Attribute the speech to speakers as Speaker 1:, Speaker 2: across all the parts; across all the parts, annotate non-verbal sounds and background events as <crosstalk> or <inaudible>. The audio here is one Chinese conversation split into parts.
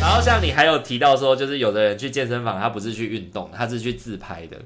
Speaker 1: 然后像你还有提到说，就是有的人去健身房，他不是去运动，他是去自拍的。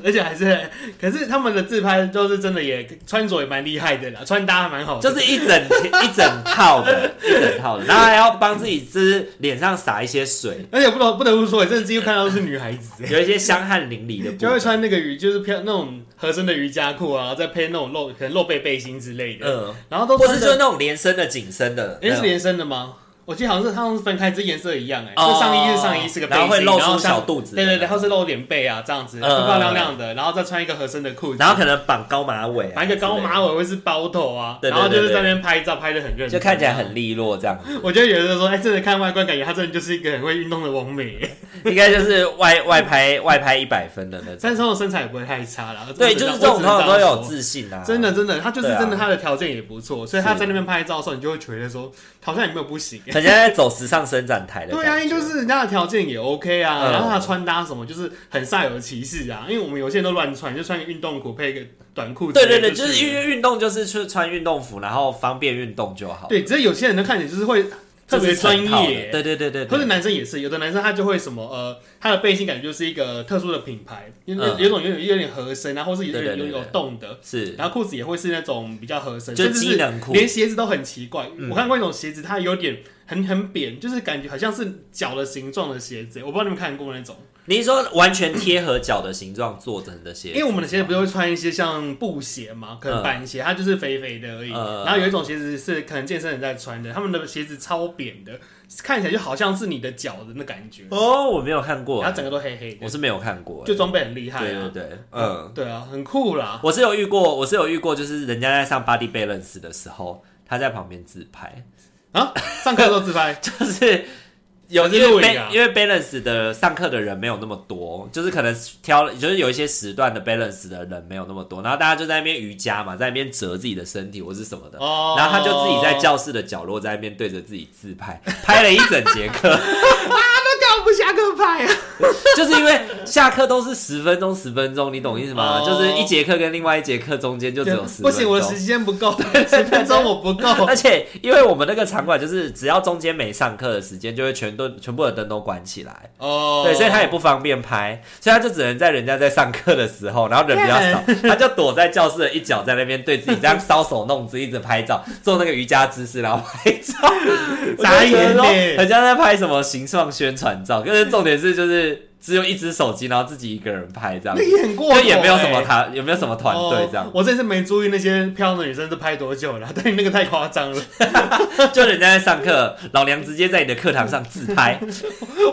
Speaker 2: <laughs> 而且还是，可是他们的自拍都是真的也穿着也蛮厉害的啦，穿搭还蛮好的，
Speaker 1: 就是一整天 <laughs> 一整套的，一整套的，然后还要帮自己就是脸上洒一些水，
Speaker 2: 而且不得不得不说，真的几乎看到都是女孩子，
Speaker 1: <laughs> 有一些香汗淋漓的部分，
Speaker 2: 就会穿那个瑜，就是飘那种合身的瑜伽裤啊，然后再配那种露可能露背背心之类的，
Speaker 1: 嗯，
Speaker 2: 然后都
Speaker 1: 或
Speaker 2: 穿
Speaker 1: 是就是
Speaker 2: 的，
Speaker 1: 那种连身的紧身的，
Speaker 2: 哎、是
Speaker 1: 那种
Speaker 2: 连身的吗？我记得好像是它好像是分开，只是颜色一样、哎、
Speaker 1: 哦
Speaker 2: 就上衣是上衣，是个背
Speaker 1: 然
Speaker 2: 心，
Speaker 1: 后会露出
Speaker 2: 像
Speaker 1: 小肚子的
Speaker 2: 对对对，然后是露点背啊，这样子，
Speaker 1: 嗯
Speaker 2: 漂漂亮亮的，然后再穿一个合身的裤子，
Speaker 1: 然后可能绑高马尾、啊，
Speaker 2: 绑一个高马尾或是包头啊，
Speaker 1: 对对对
Speaker 2: 然后就是
Speaker 1: 对
Speaker 2: 在那边拍照，拍的很认
Speaker 1: 之类的，
Speaker 2: 真，
Speaker 1: 就看起来很利落这样子，
Speaker 2: 我觉得有的时候说，哎、真的看外观，感觉他真的就是一个很会运动的王美， <laughs>
Speaker 1: 应该就是外外拍外拍一百分的那种，
Speaker 2: 但是他的身材也不会太差啦。
Speaker 1: 对，
Speaker 2: 我
Speaker 1: 就
Speaker 2: 只
Speaker 1: 是
Speaker 2: 能
Speaker 1: 这种通常都有。
Speaker 2: 我只能样说
Speaker 1: 自信啊，
Speaker 2: 真的，真的，他就是
Speaker 1: 对啊
Speaker 2: 真的，他的条件也不错，所以他
Speaker 1: 是
Speaker 2: 在那边拍照的时候，你就会觉得说，好像也没有
Speaker 1: <laughs>
Speaker 2: 不行。
Speaker 1: 很像在走时尚伸展台的感
Speaker 2: 对
Speaker 1: 觉，
Speaker 2: 啊，因为就是人家的条件也 OK 啊，
Speaker 1: 嗯
Speaker 2: 然后他的穿搭什么就是很煞有其事啊，因为我们有些人都乱穿，就穿个运动裤配一个短裤之
Speaker 1: 对
Speaker 2: 类的去
Speaker 1: 对对，就
Speaker 2: 了，
Speaker 1: 是因为运动就是去穿运动服，然后方便运动就好，
Speaker 2: 对，只是有些人呢看起来就是会特
Speaker 1: 这
Speaker 2: 别
Speaker 1: 是
Speaker 2: 专
Speaker 1: 成套的
Speaker 2: 业，
Speaker 1: 对对对对
Speaker 2: 或者
Speaker 1: 对，
Speaker 2: 男生也是，有的男生他就会什么呃，他的背心感觉就是一个特殊的品牌，有有
Speaker 1: 嗯
Speaker 2: 有种有点有点合身啊，或是有
Speaker 1: 对对
Speaker 2: 点有
Speaker 1: 对对
Speaker 2: 有洞的，
Speaker 1: 是
Speaker 2: 然后裤子也会是那种比较合身，
Speaker 1: 就
Speaker 2: 甚至
Speaker 1: 机
Speaker 2: 是
Speaker 1: 能裤，
Speaker 2: 连鞋子都很奇怪。
Speaker 1: 嗯
Speaker 2: 我看过一种鞋子，它有点很很扁，就是感觉好像是脚的形状的鞋子，我不知道你们看过那种，
Speaker 1: 你是说完全贴合脚的形状做成的鞋子
Speaker 2: 因为我们的鞋子不是会穿一些像布鞋嘛，可能板鞋，它就是肥肥的而已。
Speaker 1: 嗯
Speaker 2: 然后有一种鞋子是可能健身人在穿的，他们的鞋子超扁的，看起来就好像是你的脚的那感觉，
Speaker 1: 哦，我没有看过
Speaker 2: 然，后整个都黑黑的
Speaker 1: 我。是没有看过，欸
Speaker 2: 就装备很厉害、啊，
Speaker 1: 对对对，嗯，
Speaker 2: 对啊，很酷啦。
Speaker 1: 我是有遇过，我是有遇过，就是人家在上 Body Balance 的时候，他在旁边自拍， <laughs>
Speaker 2: 上课的时候自拍，
Speaker 1: 就是。 <laughs> 有
Speaker 2: 还是
Speaker 1: 因为
Speaker 2: 录影
Speaker 1: ba,
Speaker 2: 啊
Speaker 1: 因为 balance 的上课的人没有那么多，就是可能挑就是有一些时段的 balance 的人没有那么多，然后大家就在那边瑜伽嘛，在那边折自己的身体或是什么的，
Speaker 2: 哦，
Speaker 1: 然后他就自己在，教室的角落在那边对着自己自拍，拍了一整节课， <laughs>
Speaker 2: 那干不下课拍啊？
Speaker 1: 就是因为下课都是十分钟十分钟，你懂意思吗？
Speaker 2: 哦
Speaker 1: 就是一节课跟另外一节课中间就只有十
Speaker 2: 不
Speaker 1: 分
Speaker 2: 行，我的
Speaker 1: 钟
Speaker 2: 时。间不够，十分钟我
Speaker 1: <laughs>
Speaker 2: 不够。
Speaker 1: 而且，因为我们那个场馆就是只要中间没上课的时间，就会全都全部的灯都关起来，
Speaker 2: 哦，
Speaker 1: 对，所以他也不方便拍，所以他就只能在人家在上课的时候，然后人比较少，他就躲在教室的一角，在那边对自己这样搔首弄姿，一直拍照，做那个瑜伽姿势，然后拍
Speaker 2: <laughs>
Speaker 1: 照。
Speaker 2: 眨眼
Speaker 1: 咯，
Speaker 2: 嘞。
Speaker 1: 人家在拍什么形象宣传照，可是重点是就是只有一只手机，然后自己一个人拍这样
Speaker 2: 那，演过、
Speaker 1: 就
Speaker 2: 欸，
Speaker 1: 也没有什么团，也没有什么团队这
Speaker 2: 哦
Speaker 1: 样，
Speaker 2: 我真是没注意那些漂亮的女生都拍多久了，但你那个太夸张了， <laughs>
Speaker 1: 就人家在上课，老娘直接在你的课堂上自拍，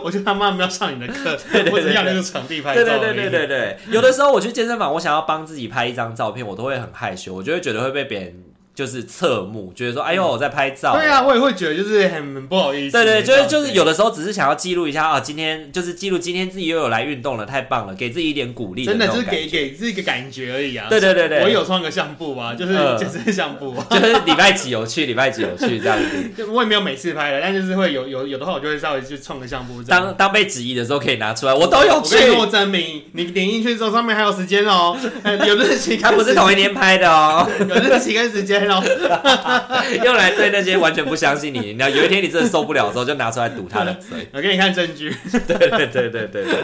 Speaker 2: 我就他妈没有上你的课，
Speaker 1: 对对
Speaker 2: 我只要那个场地拍照
Speaker 1: 对
Speaker 2: 而已。
Speaker 1: 对对对对对，有的时候我去健身房，我想要帮自己拍一张照片，我都会很害羞，我就会觉得会被别人就是侧目，觉得说哎
Speaker 2: 嗯
Speaker 1: 呦我在拍照，
Speaker 2: 对啊，我也会觉得就是很很不好意思。
Speaker 1: 对对，就是
Speaker 2: 这
Speaker 1: 就
Speaker 2: 样子
Speaker 1: 是有的时候只是想要记录一下啊，今天就是记录今天自己又有来运动了，太棒了，给自己一点鼓励，
Speaker 2: 真
Speaker 1: 的
Speaker 2: 的
Speaker 1: 那
Speaker 2: 就
Speaker 1: 种
Speaker 2: 是
Speaker 1: 感觉
Speaker 2: 给给是一个感觉而已啊。
Speaker 1: 对对对对，
Speaker 2: 我有穿个相布啊，就是
Speaker 1: 嗯
Speaker 2: 健身相布啊。
Speaker 1: 就是礼拜几有去，礼拜几有去这样
Speaker 2: <laughs>
Speaker 1: 子。
Speaker 2: 就我也没有每次拍的，但就是会有有有的话，我就会稍微去冲个相簿这样。
Speaker 1: 当当被质疑的时候，可以拿出来，我都有
Speaker 2: 我
Speaker 1: 去
Speaker 2: 跟。你说，我证明你点进去之后，上面还有时间哦、 <laughs> 哎有日期，
Speaker 1: 他不是同一天拍的哦， <laughs>
Speaker 2: 有日期跟时间哦、 <laughs>
Speaker 1: 用来对那些完全不相信你，然后有一天你真的受不了的时候，就拿出来堵他的嘴。
Speaker 2: 我给你看证据。
Speaker 1: 对对对对对对。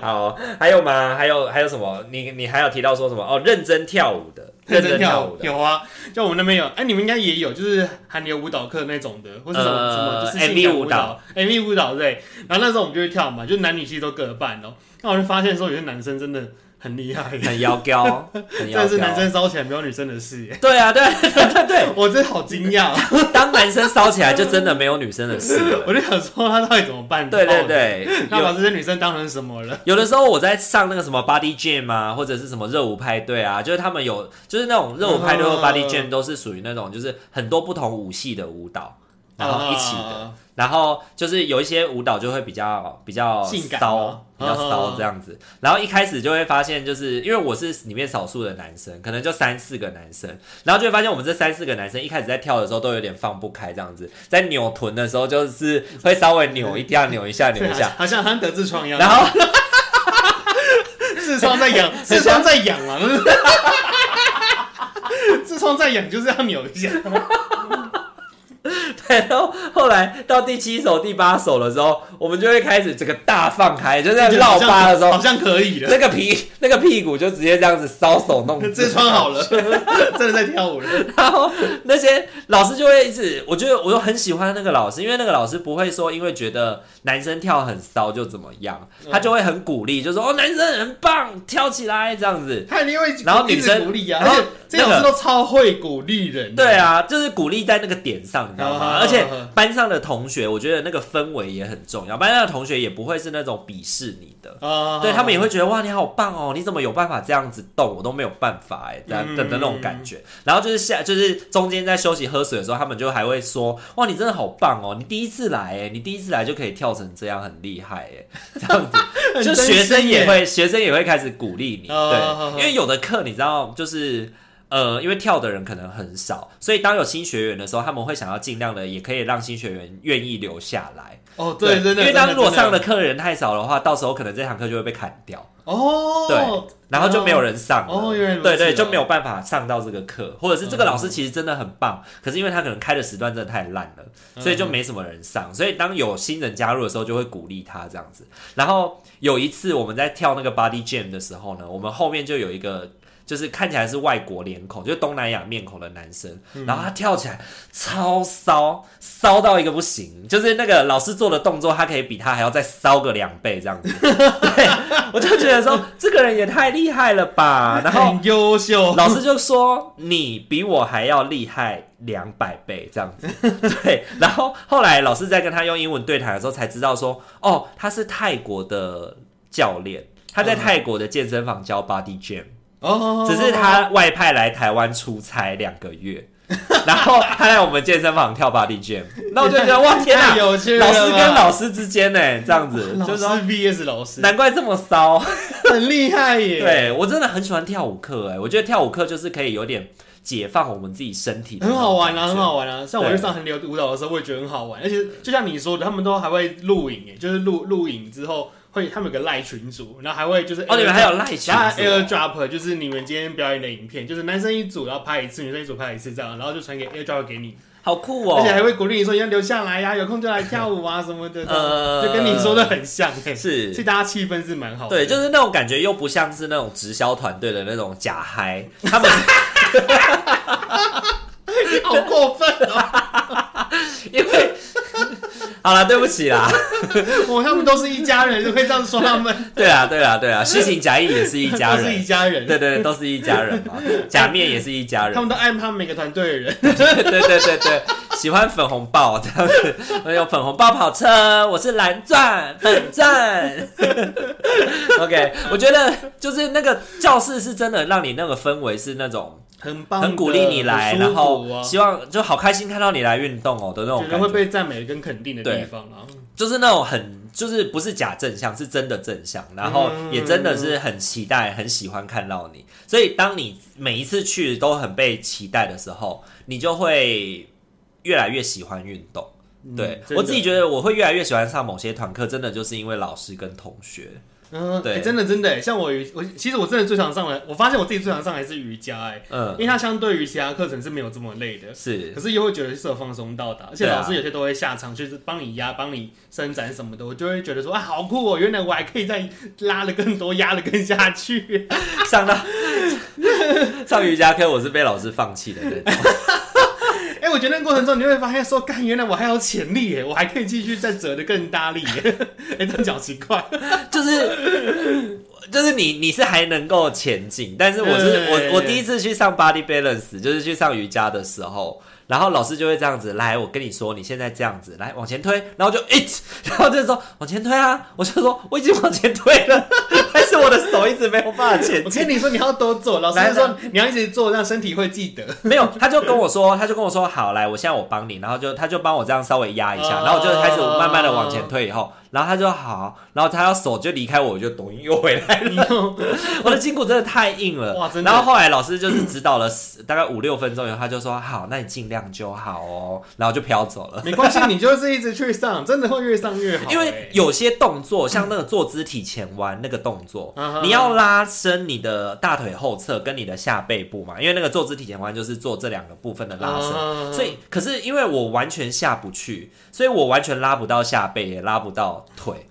Speaker 1: 好，还有吗？还有还有什么？你你还有提到说什么？哦，认真跳舞的，认真跳舞的，
Speaker 2: 有啊，就我们那边有，哎、你们应该也有，就是韩流舞蹈课那种的，或是什么、
Speaker 1: 呃
Speaker 2: 什么，就是
Speaker 1: MV
Speaker 2: 性感
Speaker 1: 舞
Speaker 2: 舞蹈、MV 舞蹈对。然后那时候我们就会跳嘛，就男女其实都各半哦、那我就发现说，有些男生真的。很厉害，
Speaker 1: 很妖娇，很妖
Speaker 2: 但是男
Speaker 1: 娇。
Speaker 2: 生烧起来没有女生的事耶， <laughs>
Speaker 1: 对啊，对对对对，
Speaker 2: 我真的好惊讶，哦
Speaker 1: 当男生骚起来，就真的没有女生的事了。
Speaker 2: <laughs> 我就想说他到底怎么办到
Speaker 1: 对
Speaker 2: 的？
Speaker 1: 对对，
Speaker 2: 他把
Speaker 1: 有
Speaker 2: 这些女生当成什么了？
Speaker 1: 有的时候我在上那个什么 Body Jam 啊，或者是什么热舞派对啊，就是他们有就是那种热舞派对和
Speaker 2: 嗯
Speaker 1: Body Jam 都是属于那种就是很多不同舞系的舞蹈，然后一起的，
Speaker 2: 啊
Speaker 1: 然后就是有一些舞蹈就会比较比较
Speaker 2: 性感吗
Speaker 1: 骚，比较
Speaker 2: 嗯嗯
Speaker 1: 骚
Speaker 2: 嗯
Speaker 1: 这样子。然后一开始就会发现，就是因为我是里面少数的男生，可能就三四个男生，然后就会发现我们这三四个男生一开始在跳的时候都有点放不开，这样子，在扭臀的时候就是会稍微扭一下，扭一下，扭一
Speaker 2: <laughs>
Speaker 1: 下，
Speaker 2: 好像好像得痔疮一样，
Speaker 1: 然后
Speaker 2: 痔疮在
Speaker 1: <laughs>
Speaker 2: 痒，痔疮在痒啊，痔疮在痒就是要扭一下，
Speaker 1: 对，然后后来到第七首、第八首的时候，我们就会开始整个大放开，就在绕八
Speaker 2: <laughs>
Speaker 1: 的时
Speaker 2: 好
Speaker 1: 候，
Speaker 2: 像可以了，
Speaker 1: 那个皮那个屁股就直接这样子搔首弄
Speaker 2: <laughs>
Speaker 1: 姿
Speaker 2: 痔疮好了，真的在跳舞了，
Speaker 1: 然后那些老师就会一直，我觉得我又很喜欢那个老师，因为那个老师不会说因为觉得男生跳很骚就怎么样，他就会很鼓励，就说哦男生很棒，跳起来这样子。
Speaker 2: 他一定会一
Speaker 1: <laughs>
Speaker 2: 直
Speaker 1: 然后女生
Speaker 2: 一直鼓励啊，
Speaker 1: 然后
Speaker 2: 而且这种
Speaker 1: 那
Speaker 2: 事
Speaker 1: 个
Speaker 2: 都超会鼓励人，
Speaker 1: 对，啊，就是鼓励在那个点上，你知道
Speaker 2: 好好
Speaker 1: 吗？
Speaker 2: 好
Speaker 1: 而且
Speaker 2: 好好
Speaker 1: 班上的同学，我觉得那个氛围也很重要。班上的同学也不会是那种鄙视你的，
Speaker 2: 啊，
Speaker 1: 对他们也会觉得哇，你好棒哦，你怎么有办法这样子动？我都没有办法哎，的
Speaker 2: 嗯
Speaker 1: 的的那种感觉。然后就是下，就是中间在休息喝水的时候，他们就还会说哇，你真的好棒哦，你第一次来哎，你第一次来就可以跳成这样，很厉害哎，这样子。
Speaker 2: 很
Speaker 1: 就
Speaker 2: <laughs> 真
Speaker 1: 学生
Speaker 2: 心
Speaker 1: 也
Speaker 2: 耶，
Speaker 1: 会，学生也会开始鼓励你，
Speaker 2: 哦好好
Speaker 1: 对，
Speaker 2: 好
Speaker 1: 因为有的课你知道就是。呃，因为跳的人可能很少，所以当有新学员的时候，他们会想要尽量的，也可以让新学员愿意留下来。
Speaker 2: 哦，对，真的，
Speaker 1: 因为当如果上
Speaker 2: 了
Speaker 1: 的课人太少的话，到时候可能这堂课就会被砍掉。
Speaker 2: 哦，
Speaker 1: 对，然后就没有人上了。
Speaker 2: 哦原来如此
Speaker 1: 对对，
Speaker 2: 哦
Speaker 1: 就没有办法上到这个课，或者是这个老师其实真的很棒，可是因为他可能开的时段真的太烂
Speaker 2: 嗯
Speaker 1: 了，所以就没什么人上。所以当有新人加入的时候，就会鼓励他这样子。然后有一次我们在跳那个 Body Jam 的时候呢，我们后面就有一个。就是看起来是外国脸孔，就是东南亚面孔的男生，然后他跳起来超骚，骚到一个不行，就是那个老师做的动作，他可以比他还要再骚个两倍这样子。对，我就觉得说这个人也太厉害了吧。然后
Speaker 2: 很优秀，
Speaker 1: 老师就说你比我还要厉害两百倍这样子。对，然后后来老师在跟他用英文对谈的时候才知道说，哦，他是泰国的教练，他在泰国的健身房教 Body Jam。
Speaker 2: 哦，
Speaker 1: 只是他外派来台湾出差两个月， <laughs> 然后他来我们健身房跳 body jam，那我就觉得哇天
Speaker 2: 太
Speaker 1: 啊，
Speaker 2: <laughs> 有趣了
Speaker 1: 老
Speaker 2: 吧，
Speaker 1: 师跟老师之间呢、这样子，
Speaker 2: 老
Speaker 1: 就是
Speaker 2: 师
Speaker 1: 说
Speaker 2: VS 老师，
Speaker 1: 难怪这么骚。
Speaker 2: <laughs> 很厉害耶，，
Speaker 1: 对我真的很喜欢跳舞课哎、我觉得跳舞课就是可以有点解放我们自己身体的那
Speaker 2: 很
Speaker 1: 种
Speaker 2: 好玩啊，
Speaker 1: 感觉
Speaker 2: 很好玩啊！像我
Speaker 1: 对
Speaker 2: 去上横流舞蹈的时候，我也觉得很好玩，而且就像你说的，他们都还会录影耶，就是录录影之后会，他们有个赖群组，然后还会就是
Speaker 1: 哦，你们还有赖群
Speaker 2: 然后
Speaker 1: 组
Speaker 2: AirDrop 就是你们今天表演的影片，就是男生一组，然后拍一次，女生一组拍一次这样，然后就传给 AirDrop 给你，
Speaker 1: 好酷
Speaker 2: 而且还
Speaker 1: 哦，
Speaker 2: 会鼓励你说你要留下来呀、有空就来跳舞啊什么的，
Speaker 1: 呃
Speaker 2: 就跟你说的很像耶，所以
Speaker 1: 是。
Speaker 2: 大家气氛是蛮好的。
Speaker 1: 对，就是那种感觉，又不像是那种直销团队的那种假嗨，他们 <laughs>
Speaker 2: 哎好
Speaker 1: <laughs>
Speaker 2: 过分哦！
Speaker 1: 因为 <laughs> 好啦，对不起啦，
Speaker 2: 我哦他们都是一家人，就会这样说他们
Speaker 1: 对啊，对啊，对啊，虚情假意也是一 <laughs> 家
Speaker 2: 都是一
Speaker 1: 人，
Speaker 2: 家人，
Speaker 1: 对对，都是一家人嘛，假面也是一家
Speaker 2: 他
Speaker 1: 人
Speaker 2: 们，都爱他们每个团队的人。
Speaker 1: 对对对对对，喜欢粉红豹这样子，我有粉红豹跑车，我是蓝钻粉钻，OK，我觉得就是那个教室是真的让你那个氛围是那种
Speaker 2: 很棒的，
Speaker 1: 很鼓励你来，
Speaker 2: 很舒
Speaker 1: 然
Speaker 2: 服
Speaker 1: 后
Speaker 2: 啊
Speaker 1: 希望就好开心看到你来运动哦的那种
Speaker 2: 觉得
Speaker 1: 感
Speaker 2: 会
Speaker 1: 觉，
Speaker 2: 被赞美跟肯定的地方啊啦。
Speaker 1: 就是那种很。就是不是假正向，是真的正向，然后
Speaker 2: 嗯
Speaker 1: 也真的是很期待、很喜欢看到你。所以，当你每一次去都很被期待的时候，你就会越来越喜欢运动。
Speaker 2: 嗯
Speaker 1: 对我自己，
Speaker 2: 真
Speaker 1: 觉
Speaker 2: 的
Speaker 1: 得，我会越来越喜欢上某些团课，真的就是因为老师跟同学。
Speaker 2: 嗯，
Speaker 1: 对
Speaker 2: 对，真的真的，像我瑜我其实我真的最常上的，我发现我自己最常上还是瑜伽，哎，因
Speaker 1: 嗯，
Speaker 2: 为它相对于其他课程是没有这么累的，
Speaker 1: 是
Speaker 2: 可是又会觉得是有放松到的，而且
Speaker 1: 对啊
Speaker 2: 老师有些都会下场去帮你压、帮你伸展什么的，我就会觉得说啊，好酷哦，原来我还可以再拉的更多、压的更下去， <laughs>
Speaker 1: 上到上瑜伽课，我是被老师放弃的那种。
Speaker 2: 哎，我觉得那过程中你会发现说，干，原来我还有潜力耶，
Speaker 1: <laughs>
Speaker 2: 我 <laughs> 还可以继续再折的更大力耶，哎，这样讲奇怪，
Speaker 1: 就是 <laughs> 就是你你是还能够前进，但是我是
Speaker 2: 对
Speaker 1: 我我第一次去上 body balance，就是去上瑜伽的时候，然后老师就会这样子，来，我跟你说，你现在这样子，来往前推，然后就 it，然 <laughs> 后就说往前推啊，我就说我已经往前推了， <laughs> 但是我的手一直没有办法前
Speaker 2: <laughs> 我
Speaker 1: 进，
Speaker 2: 跟你说，你要多做。老
Speaker 1: 来
Speaker 2: 师说你要一直做，让身体会记得。
Speaker 1: 没有，他就跟我说，他就跟我说，好，来，我现在我帮你，然后就他就帮我这样稍微压一下，然后我就开始慢慢的往前推，以后，然后他就好，然后他要手就离开我，我就抖音又回来。
Speaker 2: 你又
Speaker 1: <laughs> 我的筋骨真的太硬了，
Speaker 2: 哇真的
Speaker 1: 然后后来老师就是指导了十 <clears throat> 大概五六分钟以后，他就说好，那你尽量就好哦，然后就飘走了。
Speaker 2: 没关系，你就是一直去上，真的会越上越好、欸哎
Speaker 1: 因为有些动作，像那个坐姿体前弯那个动作
Speaker 2: <laughs> 嗯，哼
Speaker 1: 你要拉伸你的大腿后侧跟你的下背部嘛，因为那个坐姿体前弯就是做这两个部分的拉伸。
Speaker 2: 伸
Speaker 1: 所以，可是因为我完全下不去，所以我完全拉不到下背，也拉不到
Speaker 2: <laughs>
Speaker 1: 腿，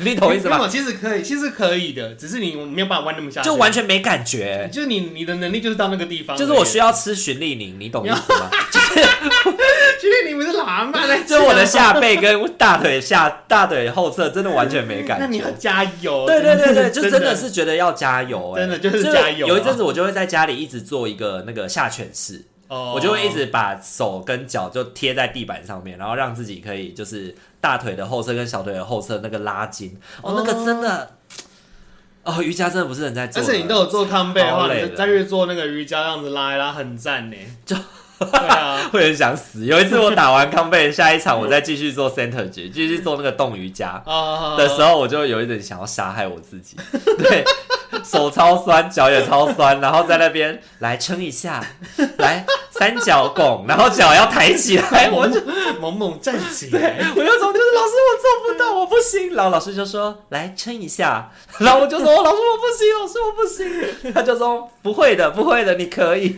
Speaker 1: 你懂我意思吧？
Speaker 2: 其实可以，其实可以的，只是你没有办法弯那么下去，
Speaker 1: 就完全没感觉。
Speaker 2: <laughs> 就是你你的能力就是到那个地方而已，
Speaker 1: 就是我需
Speaker 2: 要，
Speaker 1: 要吃循利宁，你懂意思吗？
Speaker 2: 因为你们是喇嘛
Speaker 1: <laughs>
Speaker 2: 在，
Speaker 1: 就是我的下背跟大腿下大腿后侧真的完全没
Speaker 2: 那
Speaker 1: 感
Speaker 2: 你要
Speaker 1: 觉。
Speaker 2: 加油，
Speaker 1: 对对对对，就
Speaker 2: 真
Speaker 1: 真的是觉得要加油、哎，
Speaker 2: 真的就是加油啊
Speaker 1: 有一阵子我就会在家里一直做一个那个下犬式，
Speaker 2: 哦，
Speaker 1: 我就会一直把手跟脚就贴在地板上面，然后让自己可以就是大腿的后侧跟小腿的后侧那个拉筋。哦，那个真的，哦，瑜伽真的不是人在做
Speaker 2: 但
Speaker 1: 的，
Speaker 2: 是
Speaker 1: <laughs>
Speaker 2: 你都有做康背的
Speaker 1: 好
Speaker 2: 话，
Speaker 1: 累
Speaker 2: 你
Speaker 1: 了
Speaker 2: 就再去做那个瑜伽，这样子拉一拉，
Speaker 1: <laughs>
Speaker 2: 很赞呢。就对啊，
Speaker 1: 会很想死。有一次我打完康贝，下一场我再继续做 center 举，继续做那个动瑜伽。
Speaker 2: 啊
Speaker 1: 的时候，我就有一点想要杀害我自己， <laughs> 对，手超酸，脚也超酸，然后在那边来撑一下， <laughs> 来三角拱，然后脚要抬起来，<laughs>
Speaker 2: 哎
Speaker 1: 我就
Speaker 2: 萌萌站起来，
Speaker 1: 我有种就是老师我做不到，我不行，然后老师就说来撑一下， <laughs> 然后我就说老师我不行，老师我不行，他就说不会的，不会的，你可 <laughs> 以，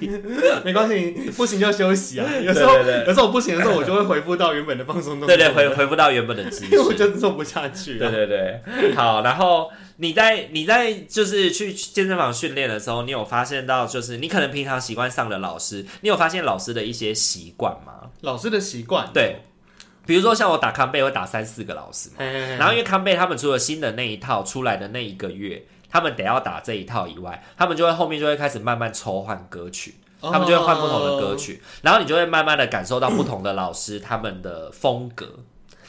Speaker 2: 没关系，不行就休息啊。有时候，
Speaker 1: 对对对
Speaker 2: 有时候我不行的时候，我就会恢复到原本的放松动作。
Speaker 1: 对对，回回不到原本 <laughs> 的姿
Speaker 2: 因为我
Speaker 1: 势。
Speaker 2: 真的做不下去、
Speaker 1: 对
Speaker 2: 啊。
Speaker 1: 对对，好，然后你在你在就是去健身房训练的时候，你有发现到就是你可能平常习惯上的老师，你有发现老师的一些习惯吗？
Speaker 2: 老师的习惯，
Speaker 1: 对，比如说像我打康贝会打三四个老师嘛，
Speaker 2: 嘿，嘿嘿
Speaker 1: 然后因为康贝他们除了新的那一套出来的那一个月，他们得要打这一套以外，他们就会后面就会开始慢慢抽换歌曲。他们就会换不
Speaker 2: 哦
Speaker 1: 同的歌曲，然后你就会慢慢的感受到不同的老师他们的风格，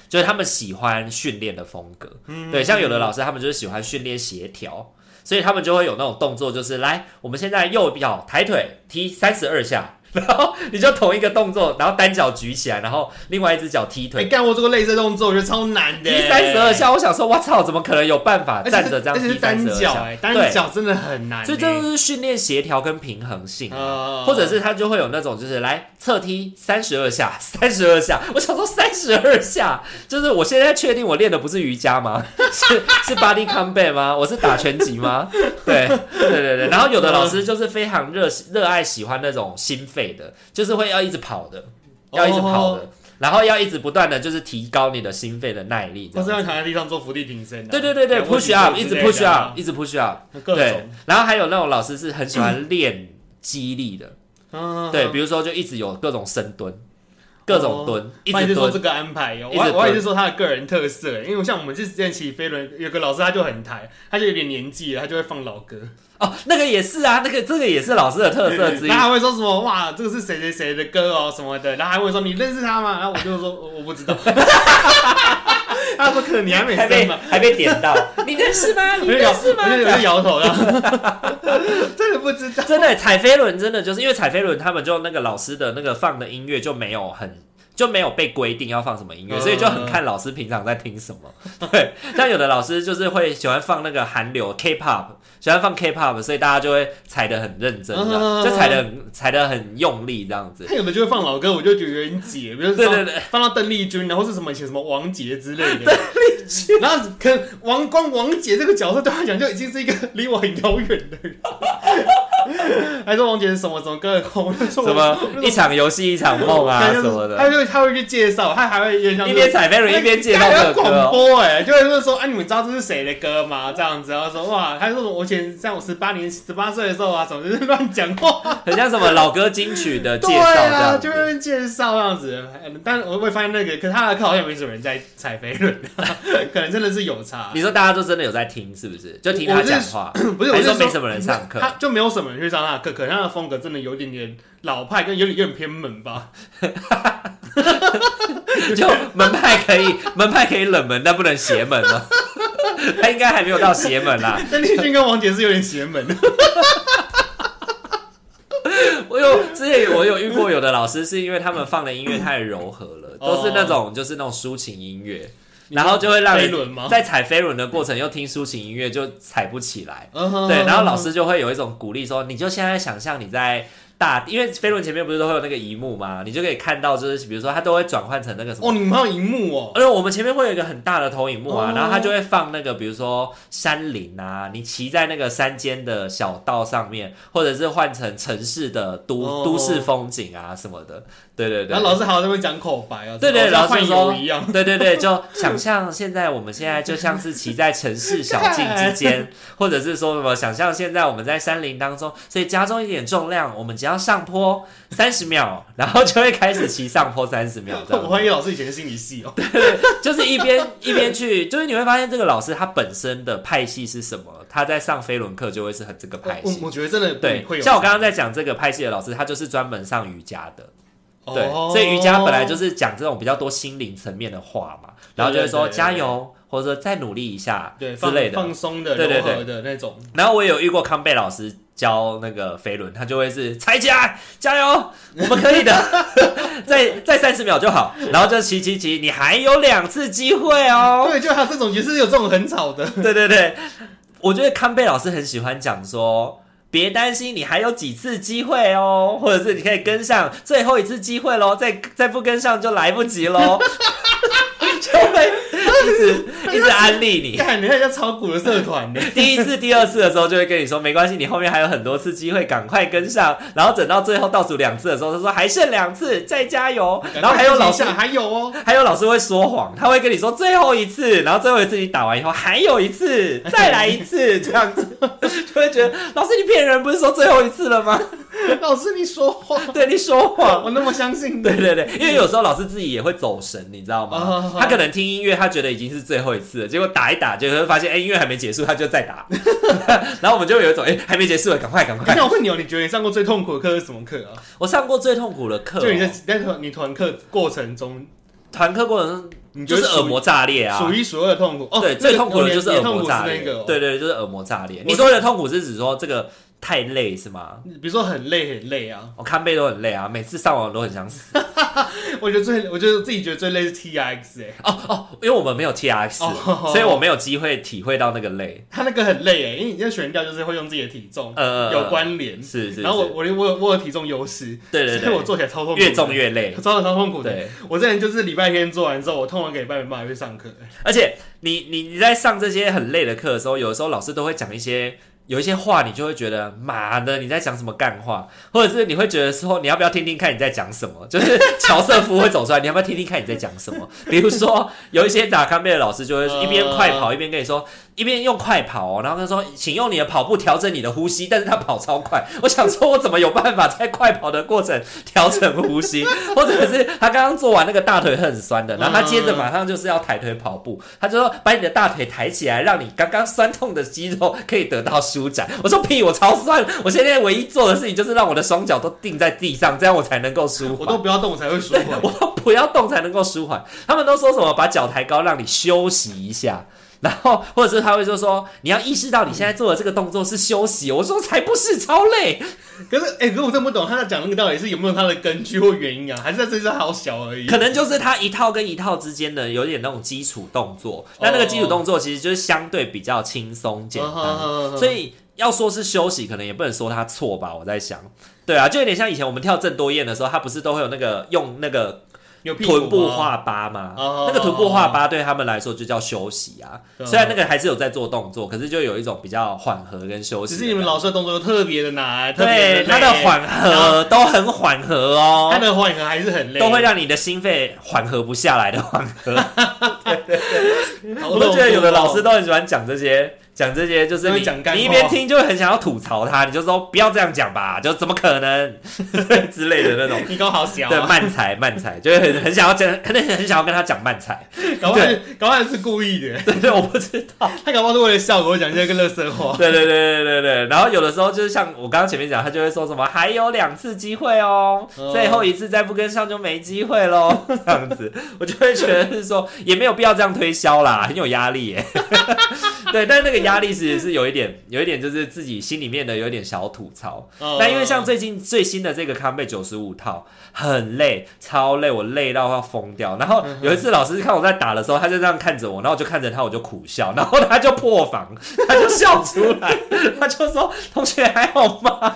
Speaker 1: 就是他们喜欢训练的风格。
Speaker 2: 嗯
Speaker 1: 对，像有的老师他们就是喜欢训练协调，所以他们就会有那种动作，就是来，我们现在右脚抬腿踢三十二下。 <laughs> 然后你就同一个动作，然后单脚举起来，然后另外一只脚踢
Speaker 2: 哎、
Speaker 1: 腿，
Speaker 2: 干我做过类似的动作，我觉得超难的、欸
Speaker 1: 踢三十二，下。我想说，我操，怎么可能有办法站着这样
Speaker 2: 而且
Speaker 1: 踢
Speaker 2: 是
Speaker 1: 三
Speaker 2: 单
Speaker 1: 十二
Speaker 2: 脚
Speaker 1: 下？
Speaker 2: 哎、单脚真的很难、欸。
Speaker 1: 所以这就是训练协调跟平衡性啊、
Speaker 2: 哦
Speaker 1: 或者是他就会有那种就是来侧踢三十二下，三十二下，我想说三十二下，就是我现在确定我练的不是瑜伽吗？ <laughs> 是是 body combat 吗？我是打拳击吗？对对对对，然后有的老师就是非常热热爱喜欢那种心肺的，就是会要一直跑的，要一直跑的。
Speaker 2: 哦
Speaker 1: 然后要一直不断的就是提高你的心肺的耐力，这
Speaker 2: 或
Speaker 1: 样
Speaker 2: 是让躺在地上做伏地挺身、啊。
Speaker 1: 对对对对
Speaker 2: 仰卧
Speaker 1: ，push
Speaker 2: 起坐
Speaker 1: up，一
Speaker 2: 之
Speaker 1: 直
Speaker 2: 类的
Speaker 1: push
Speaker 2: 啊
Speaker 1: up，一直 push up，
Speaker 2: 各
Speaker 1: 对
Speaker 2: 种。，
Speaker 1: 然后还有那种老师是很喜欢练肌力的，
Speaker 2: 嗯哦
Speaker 1: 对，，比如说就一直有各种深蹲，各种蹲，一
Speaker 2: 不然就
Speaker 1: 直
Speaker 2: 说
Speaker 1: 蹲
Speaker 2: 这。个安排哦，
Speaker 1: 一直
Speaker 2: 我
Speaker 1: 蹲
Speaker 2: 我也是说他的个人特色欸，因为像我们之前骑飞轮，有个老师他就很抬，他就有点年纪了，他就会放老歌，
Speaker 1: 哦，那个也是啊，那个这个也是老师的特色之一
Speaker 2: <laughs> 然。后还会说什么哇，这个是谁谁谁的歌哦什么的，然后还会说你认识他吗？然后我就说我我不知道， <laughs> 他说可能你还没
Speaker 1: 还被
Speaker 2: 生嘛，
Speaker 1: 还被点到， <laughs> 你认识吗？
Speaker 2: <laughs> 我
Speaker 1: 你
Speaker 2: 就摇，
Speaker 1: 认识吗
Speaker 2: 我？就我就摇头了， <laughs> 真的不知道，
Speaker 1: 真的踩飞轮，真的就是因为踩飞轮，他们就那个老师的那个放的音乐就没有很就没有被规定要放什么音乐，
Speaker 2: 嗯
Speaker 1: 所以就很看老师平常在听什么。 <laughs> 对，像有的老师就是会喜欢放那个韩流 K-pop，喜欢放 K-pop，所以大家就会踩得很认真，这样
Speaker 2: 嗯
Speaker 1: 就踩得很踩得很用力这样子。
Speaker 2: 他有的就会放老歌，我就觉得有点解，比如
Speaker 1: 对
Speaker 2: 说
Speaker 1: 对
Speaker 2: 放
Speaker 1: 对
Speaker 2: 放到邓丽君，然后是什么以前什么王杰之类的，邓丽君，然后可能王光王杰这个角色对他来讲就已经是一个离我很遥远的人， <laughs> 还说王姐是什么什么歌很红，什
Speaker 1: <laughs> 什么
Speaker 2: 啊
Speaker 1: 一场游戏一场梦
Speaker 2: <laughs>
Speaker 1: 啊什么
Speaker 2: 他
Speaker 1: 的，
Speaker 2: 就他会去介绍，他还会有点像
Speaker 1: 一边踩 Mary 一边介绍这
Speaker 2: 他
Speaker 1: 个歌
Speaker 2: 广
Speaker 1: 哦。
Speaker 2: 播哎、就是会说啊，你们知道这是谁的歌吗？这样子，然后说哇，他就说我以前在我十八年、十八岁的时候啊，什么就是乱讲
Speaker 1: <laughs>
Speaker 2: 话，
Speaker 1: 很像什么老歌金曲的介
Speaker 2: 对
Speaker 1: 绍这
Speaker 2: 啊，
Speaker 1: 样
Speaker 2: 就
Speaker 1: 子。
Speaker 2: 是介绍这样子。但我会发现那个，可是他的课好像没什么人在踩飞轮、啊， <laughs> 可能真的是有差
Speaker 1: 你。说大家都真的有在听，是不是？就听
Speaker 2: 我
Speaker 1: 他
Speaker 2: 是
Speaker 1: 讲话，
Speaker 2: 不是， <clears throat> 我
Speaker 1: 还
Speaker 2: 是
Speaker 1: 是说没什么人上课
Speaker 2: 他就没有什么人去上他的课，可能他的风格真的有点点老派，跟有点有点偏门吧。
Speaker 1: <laughs>
Speaker 2: <laughs>
Speaker 1: 就门派可以 <laughs> 门派可以冷门，但不能邪门了。 <laughs> 他应该还没有到邪门
Speaker 2: <laughs>
Speaker 1: 啦。
Speaker 2: 但立俊跟王杰是有点邪门的，
Speaker 1: 我有之前我有遇过有的老师，是因为他们放的音乐太柔和了，
Speaker 2: 哦
Speaker 1: 都是那种就是那种抒情音乐，然后就会让
Speaker 2: 飞
Speaker 1: 人
Speaker 2: 轮吗？
Speaker 1: 在踩飞轮的过程又听抒情音乐就踩不起来。对，
Speaker 2: 对
Speaker 1: 然后老师就会有一种鼓励说，你就现在想象你在大，因为飞轮前面不是都会有那个荧幕嘛，你就可以看到，就是比如说它都会转换成那个什么。
Speaker 2: 哦，你们还有荧幕哦，
Speaker 1: 因为我们前面会有一个很大的投影幕啊
Speaker 2: 哦
Speaker 1: 然后它就会放那个，比如说山林啊，你骑在那个山间的小道上面，或者是换成城市的都、
Speaker 2: 哦
Speaker 1: 都市风景啊什么的。对对对
Speaker 2: 然后，老师还在那边讲口白哦，
Speaker 1: 对对
Speaker 2: 老
Speaker 1: 老师
Speaker 2: 换
Speaker 1: 说
Speaker 2: 油一样，
Speaker 1: 对对对，就想象现在我们现在就像是骑在城市小径之
Speaker 2: <laughs>
Speaker 1: 间，或者是说什么想象现在我们在山林当中，所以加重一点重量，我们只要上坡三十秒，然后就会开始骑上坡三十秒 <laughs> 这
Speaker 2: 我
Speaker 1: 样。
Speaker 2: 怀疑老师以前是心理系哦，
Speaker 1: 就是一边一边去，就是你会发现这个老师他本身的派系是什么，他在上飞轮课就会是很这个派
Speaker 2: 我
Speaker 1: 系。
Speaker 2: 我觉得真的
Speaker 1: 对
Speaker 2: 会，有
Speaker 1: 像我刚刚在讲这个派系的老师，他就是专门上瑜伽的。
Speaker 2: 哦
Speaker 1: 对，所以瑜伽本来就是讲这种比较多心灵层面的话嘛，然后就会说
Speaker 2: 对对对
Speaker 1: 加油，或者说再努力一下
Speaker 2: 对
Speaker 1: 之类的。
Speaker 2: 放放松的、
Speaker 1: 对对
Speaker 2: 柔
Speaker 1: 对
Speaker 2: 和的那种，
Speaker 1: 然后我也有遇过康贝老师教那个飞轮，他就会是踩起来，加油，我们可以的，
Speaker 2: <laughs>
Speaker 1: 再再三十秒就好，然后就骑骑骑，你还有两次机会哦。
Speaker 2: 对，就还有这种也是有这种很吵
Speaker 1: <laughs>
Speaker 2: 的，
Speaker 1: 对对对，我觉得康贝老师很喜欢讲说。别担心，你还有几次机会哦，或者是你可以跟上最后一次机会喽，再再不跟上就来不及喽，就会一直一直安利你。
Speaker 2: 看你看人家炒股的社团呢，
Speaker 1: 第一次、第二次的时候就会跟你说没关系，你后面还有很多次机会，赶快跟上。然后等到最后倒数两次的时候，他说还剩两次，再加油。 <laughs> 然后还有老师
Speaker 2: 赶快自己想还有哦，
Speaker 1: 还有老师会说谎，他会跟你说最后一次，然后最后一次你打完以后还有一次，再来一次，这样子就会觉得老师你骗人，不是说最后一次了吗？ <laughs>
Speaker 2: 老师你说话，
Speaker 1: 对你说谎。
Speaker 2: <laughs> 我那么相信
Speaker 1: 对
Speaker 2: 的，
Speaker 1: 对对，因为有时候老师自己也会走神，你知道吗
Speaker 2: 哦？
Speaker 1: 他可能听音乐，他觉得已经是最后一次了，结果打一打，就会发现，哎、音乐还没结束，他就再打， <laughs> 然后我们就有一种，哎、还没结束了，赶快赶快！
Speaker 2: <laughs> 那我问你哦，你觉得你上过最痛苦的课是什么课啊？
Speaker 1: 我上过最痛苦的课、
Speaker 2: 就你在
Speaker 1: 哦，
Speaker 2: 在团你团课过程中，
Speaker 1: 团课过程中
Speaker 2: 你觉
Speaker 1: 就
Speaker 2: 得
Speaker 1: 是耳膜炸裂啊，
Speaker 2: 数一数二的痛苦哦，
Speaker 1: 对，
Speaker 2: 那个
Speaker 1: 最痛苦
Speaker 2: 我
Speaker 1: 的
Speaker 2: 连
Speaker 1: 就是
Speaker 2: 连
Speaker 1: 耳
Speaker 2: 痛
Speaker 1: 膜
Speaker 2: 苦
Speaker 1: 炸
Speaker 2: 是
Speaker 1: 裂。
Speaker 2: 那个哦，
Speaker 1: 对对，就是耳膜炸裂。
Speaker 2: 我
Speaker 1: 你说的痛苦是指说这个太累是吗？
Speaker 2: 比如说很累很累啊，
Speaker 1: 我、看背都很累啊，每次上网都很想死。
Speaker 2: <laughs> 我觉得最，我觉得自己觉得最累是 T R X 哎、
Speaker 1: 因为我们没有 T R X，、
Speaker 2: 哦
Speaker 1: 所以我没有机会体会到那个累。
Speaker 2: 他那个很累哎、因为你这悬吊就是会用自己的体重、
Speaker 1: 呃，
Speaker 2: 有关联，
Speaker 1: 是是是，
Speaker 2: 然后我我我有我有体重优势，
Speaker 1: 对对
Speaker 2: 所以我
Speaker 1: 对，
Speaker 2: 做起来超痛苦，
Speaker 1: 越重。越累。
Speaker 2: <laughs> 超超痛苦的，
Speaker 1: 对，
Speaker 2: 我之前就是礼拜天做完之后，我痛了一个礼拜没办法去上课。
Speaker 1: 而且你你你在上这些很累的课的时候，有的时候老师都会讲一些。有一些话你就会觉得妈的你在讲什么干话，或者是你会觉得说你要不要听听看你在讲什么，就是 <laughs> 乔瑟夫会走出来，你要不要听听看你在讲什么？比如说有一些打康贝的老师就会一边快跑一边跟你说，一边用快跑、哦，然后他说请用你的跑步调整你的呼吸，但是他跑超快， <laughs> 我想说我怎么有办法在快跑的过程调整呼吸， <laughs> 或者是他刚刚做完那个大腿很酸的，然后他接着马上就是要抬腿跑步，他就说把你的大腿抬起来，让你刚刚酸痛的肌肉可以得到舒展。我说屁，我超酸，我现在唯一做的事情就是让我的双脚都定在地上，这样我才能够舒
Speaker 2: 我
Speaker 1: 缓
Speaker 2: 都。不要动，我才会舒缓。
Speaker 1: 我都不要动才能够舒缓。他们都说什么把脚抬高让你休息一下，然后或者是他会就说你要意识到你现在做的这个动作是休息。我说才不是，超累。
Speaker 2: 可是，哎、可是我真不懂他在讲那个到底是有没有他的根据或原因啊，还是他真是好小而已。
Speaker 1: 可能就是它一套跟一套之间的有点那种基础动作，那那个基础动作其实就是相对比较轻松
Speaker 2: 啊
Speaker 1: 简单，
Speaker 2: 嗯
Speaker 1: 所以要说是休息，可能也不能说它错吧。我在想，对啊，就有点像以前我们跳郑多燕的时候，它不是都会有那个用那个。
Speaker 2: 有屁股
Speaker 1: 臀部
Speaker 2: 吗
Speaker 1: 画疤嘛，
Speaker 2: 哦
Speaker 1: 那个臀部画疤对他们来说就叫休息啊。
Speaker 2: 对啊
Speaker 1: 虽然那个还是有在做动作，可是就有一种比较缓和跟休息的感
Speaker 2: 只
Speaker 1: 觉。
Speaker 2: 是你们老师的动作都特别的难，特别
Speaker 1: 对
Speaker 2: 累
Speaker 1: 它的，缓和都很缓和
Speaker 2: 他
Speaker 1: 哦，
Speaker 2: 的缓和还是很累，
Speaker 1: 都会让你的心肺缓和不下来的缓和。
Speaker 2: 我
Speaker 1: 我都觉得有
Speaker 2: 哦
Speaker 1: 的老师都很喜欢讲这些，讲这些就是
Speaker 2: 都会
Speaker 1: 你
Speaker 2: 讲干话
Speaker 1: 你一边听就会很想要吐槽他，你就说不要这样讲吧，就怎么可能 <laughs> 之类的那种。
Speaker 2: <laughs> 你搞好小
Speaker 1: 对，
Speaker 2: 啊，
Speaker 1: 慢才慢才，就是很很想要讲，很很想要跟他讲慢才。
Speaker 2: <laughs> 搞不好是搞不好是故意的， <laughs>
Speaker 1: 对对，我不知道。
Speaker 2: 他搞不好是为了效果讲这个乐色话，
Speaker 1: 对对对对对对。然后有的时候就是像我刚刚前面讲，他就会说什么还有两次机会哦，
Speaker 2: 哦
Speaker 1: 最后一次再不跟上就没机会喽， <laughs> 这样子，我就会觉得是说也没有必要这样推销啦，很有压力耶。 <laughs> 对，但是那个压力其实是有一点，有一点就是自己心里面的有一点小吐槽。但因为像最近最新的这个康贝九十五套很累，超累，我累到要疯掉。然后有一次老师看我在打的时候，他就这样看着我，然后我就看着他，我就苦笑， <laughs> 然后他就破防， <laughs> 他就笑出来， <laughs> 他就说：“同学还好吗？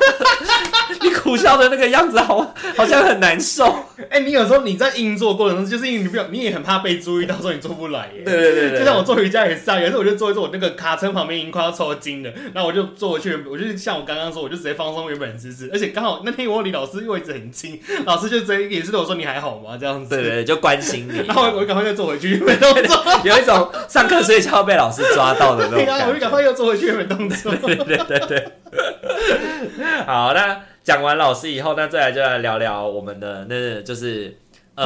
Speaker 1: <laughs> 你苦笑的那个样子好，好像很难受。
Speaker 2: <laughs> 哎，你有时候你在硬做过程中，就是因为你不要，你也很怕被注意到，说你做不来耶。”
Speaker 1: 对对
Speaker 2: 就像我做瑜伽也是啊，有时候我就做一做，我那个卡车旁边已经快要抽筋了，然后我就坐回去，我就是像我刚刚说，我就直接放松原本的姿势，而且刚好那天我离老师位置很近，老师就直接也是对我说你还好吗这样子，
Speaker 1: 对对对，就关心你。
Speaker 2: <laughs> 然后我我赶快又坐回去原本动作，
Speaker 1: 有一种上课睡觉被老师抓到的那种
Speaker 2: <laughs> 对啊，我
Speaker 1: 感
Speaker 2: 就
Speaker 1: 觉
Speaker 2: 赶。快又坐回去原本动作。
Speaker 1: 对对对对。 <laughs> 好，那讲完老师以后，那再来就来聊聊我们的那就是
Speaker 2: 同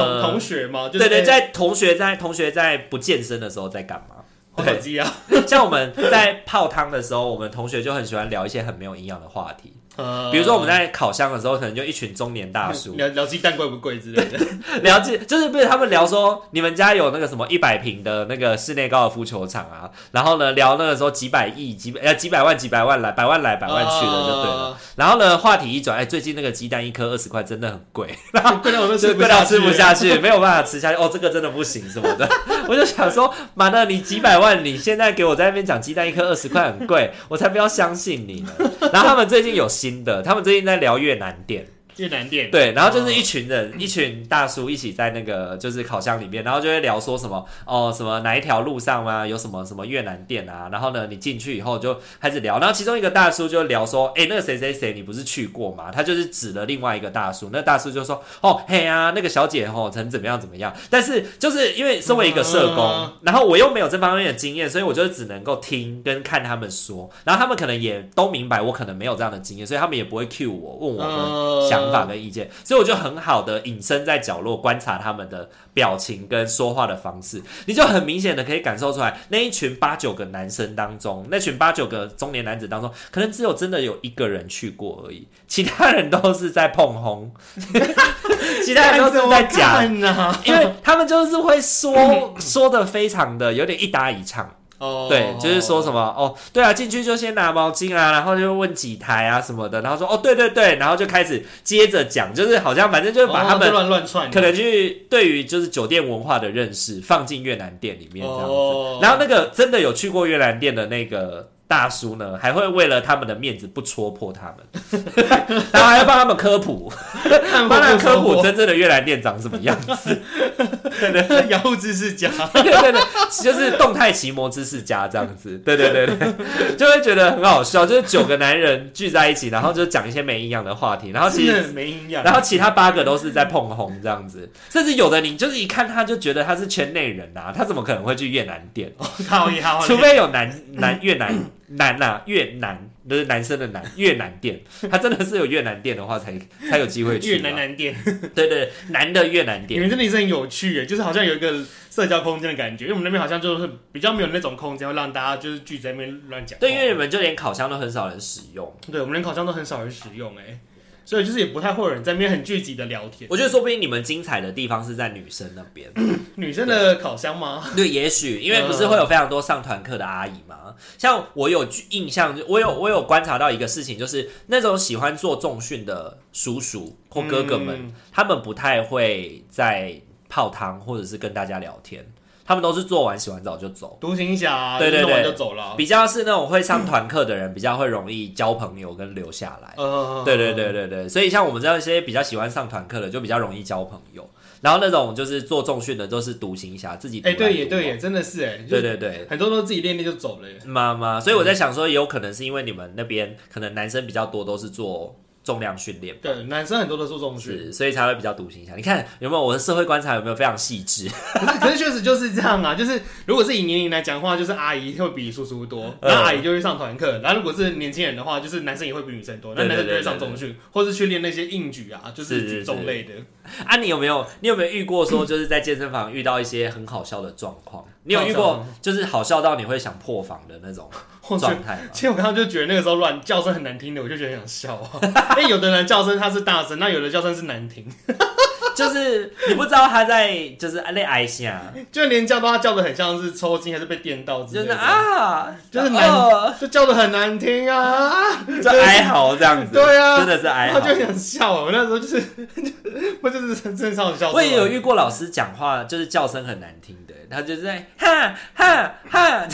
Speaker 1: <laughs> 呃，
Speaker 2: 同学嘛，就是哎
Speaker 1: 对对，在同学在同学在不健身的时候在干
Speaker 2: <laughs>
Speaker 1: 嘛？
Speaker 2: 滑手机啊，
Speaker 1: 像我们在泡汤的时候，我们同学就很喜欢聊一些很没有营养的话题，
Speaker 2: 呃
Speaker 1: 比如说我们在烤箱的时候，可能就一群中年大叔
Speaker 2: <laughs> 聊聊鸡蛋贵不贵之类的，
Speaker 1: 聊这，就是被他们聊说你们家有那个什么一百平的那个室内高尔夫球场啊，然后呢聊那个时候几百亿几百呃几百万几百万来百万来 <laughs> 百万去的就对了。然后呢，话题一转，哎，最近那个鸡蛋一颗二十块真的很贵，
Speaker 2: 了，哦贵到我都
Speaker 1: 所
Speaker 2: <laughs> 吃
Speaker 1: 以
Speaker 2: 不
Speaker 1: 贵到
Speaker 2: 下
Speaker 1: 吃不
Speaker 2: 去。
Speaker 1: 下去，没有办法吃下去。哦，这个真的不行什么的， <laughs> 我就想说，妈的，你几百万，你现在给我在那边讲鸡蛋一颗二十块很贵，我才不要相信你呢。然后他们最近有新的，他们最近在聊越南店，
Speaker 2: 越南店，
Speaker 1: 对，然后就是一群人，一群大叔一起在那个就是烤箱里面，然后就会聊说什么哦，什么哪一条路上啊，有什么什么越南店啊，然后呢，你进去以后就开始聊，然后其中一个大叔就聊说，哎，那个谁谁谁，你不是去过吗？他就是指了另外一个大叔，那大叔就说，哦，嘿啊，那个小姐吼，曾怎么样怎么样，但是就是因为身为一个社工，
Speaker 2: 嗯
Speaker 1: 然后我又没有这方面的经验，所以我就只能够听跟看他们说，然后他们可能也都明白我可能没有这样的经验，所以他们也不会 cue 我问我们
Speaker 2: 嗯
Speaker 1: 想法跟意见，所以我就很好的隐身在角落观察他们的表情跟说话的方式，你就很明显的可以感受出来，那一群八九个男生当中，那群八九个中年男子当中，可能只有真的有一个人去过而已，其他人都是在碰
Speaker 2: <laughs>
Speaker 1: 轰，其他人都是在讲，
Speaker 2: 看啊呐，
Speaker 1: 因为他们就是会
Speaker 2: <laughs>
Speaker 1: 说说的非常的有点一打一唱。
Speaker 2: 哦
Speaker 1: 对，就是说什么哦，对啊，进去就先拿毛巾啊，然后就问几台啊什么的，然后说哦，对对对，然后就开始接着讲，就是好像反正就是把他
Speaker 2: 哦就
Speaker 1: 们
Speaker 2: 乱乱串的，
Speaker 1: 可能去对于就是酒店文化的认识放进越南店里面这样
Speaker 2: 哦
Speaker 1: 子，然后那个真的有去过越南店的那个。大叔呢，还会为了他们的面子不戳破他们， <laughs> 然后还要帮他们科普，
Speaker 2: <laughs> 看
Speaker 1: 帮他们科普真正的越南店长什么样子。
Speaker 2: <laughs> 真雅虎知识家，
Speaker 1: <laughs> 对对对，就是动态骑摩知识家这样子，对对对对， <laughs> 就会觉得很好笑，就是九个男人聚在一起，然后就讲一些没营养的话题，然后其实。
Speaker 2: 真的没营养。
Speaker 1: 然后其他八个都是在碰红这样子，甚至有的你就是一看他就觉得他是圈内人啊，他怎么可能会去越南店？
Speaker 2: 靠一好，
Speaker 1: 除非有男男越南男呐、越南就是男生的男越南店，他真的是有越南店的话才才有机会去
Speaker 2: 越
Speaker 1: 啊。
Speaker 2: 南南店，
Speaker 1: 对对对男的越南
Speaker 2: 你
Speaker 1: 店，
Speaker 2: 们真的是很有趣耶，就是好像有一个社交空间的感觉，因为我们那边好像就是比较没有那种空间，会让大家就是聚在那边乱讲话。
Speaker 1: 对，因为你们就连烤箱都很少人使用。
Speaker 2: 对我们连烤箱都很少人使用哎，所以就是也不太会有人在那边很聚集的聊天。
Speaker 1: 我觉得说不定你们精彩的地方是在女生那边，
Speaker 2: 女生的烤箱吗？
Speaker 1: 对，也许因为不是会有非常多上团课的阿姨嘛。像我有印象，我有我有观察到一个事情，就是那种喜欢做重训的叔叔或哥哥们，
Speaker 2: 嗯
Speaker 1: 他们不太会在泡汤或者是跟大家聊天，他们都是做完洗完澡就走。
Speaker 2: 独行侠，
Speaker 1: 对对对
Speaker 2: 弄完就走了。啊
Speaker 1: 比较是那种会上团课的人，比较会容易交朋友跟留下来。
Speaker 2: 呃
Speaker 1: 对对，对对对，所以像我们这样一些比较喜欢上团课的，就比较容易交朋友。然后那种就是做重训的都是独行侠，自己独
Speaker 2: 哎、
Speaker 1: 来
Speaker 2: 对耶，
Speaker 1: 独
Speaker 2: 对
Speaker 1: 往
Speaker 2: 耶，真的是哎，
Speaker 1: 对，对对，嗯
Speaker 2: 很多都自己练练就走了耶。
Speaker 1: 妈妈，所以我在想说，有可能是因为你们那边可能男生比较多，都是做重量训练，
Speaker 2: 对，男生很多都做重训，
Speaker 1: 是，所以才会比较独行侠。你看有没有我的社会观察有没有非常细致？
Speaker 2: 可是可是确实就是这样啊，就是如果是以年龄来讲的话，就是阿姨会比叔叔
Speaker 1: 嗯
Speaker 2: 多，那阿姨就会上团课；然后如果是年轻人的话，就是男生也会比女生多，那
Speaker 1: 对对
Speaker 2: 男生就会
Speaker 1: 对
Speaker 2: 上
Speaker 1: 对
Speaker 2: 重训，或是去练那些硬举啊，就是
Speaker 1: 是
Speaker 2: 举重类的。
Speaker 1: 啊，你有没有你有没有遇过说就是在健身房遇到一些很好笑的状况？你有遇过就是好笑到你会想破防的那种
Speaker 2: 我觉得
Speaker 1: 状态吗？
Speaker 2: <laughs> 其实我刚刚就觉得那个时候乱叫声很难听的，我就觉得很想笑啊。 <laughs> 因为有的人叫声他是大声，那有的叫声是难听， <laughs>
Speaker 1: 就是你不知道他在就是啊那挨下，
Speaker 2: 就连叫都他叫的很像是抽筋还是被电到之
Speaker 1: 就
Speaker 2: 类
Speaker 1: 是
Speaker 2: 的，
Speaker 1: 啊，
Speaker 2: 就是难
Speaker 1: 哦
Speaker 2: 就叫的很难听啊。 <laughs>
Speaker 1: 就哀嚎这样子，
Speaker 2: 对啊
Speaker 1: 真的是哀
Speaker 2: 然后
Speaker 1: 嚎
Speaker 2: 就。很想笑啊，我那时候就是，我就是 <laughs> 真的超想笑出
Speaker 1: 我
Speaker 2: 来。
Speaker 1: 也有遇过老师讲话就是叫声很难听的，他就是在哈哈
Speaker 2: <laughs>
Speaker 1: 哈，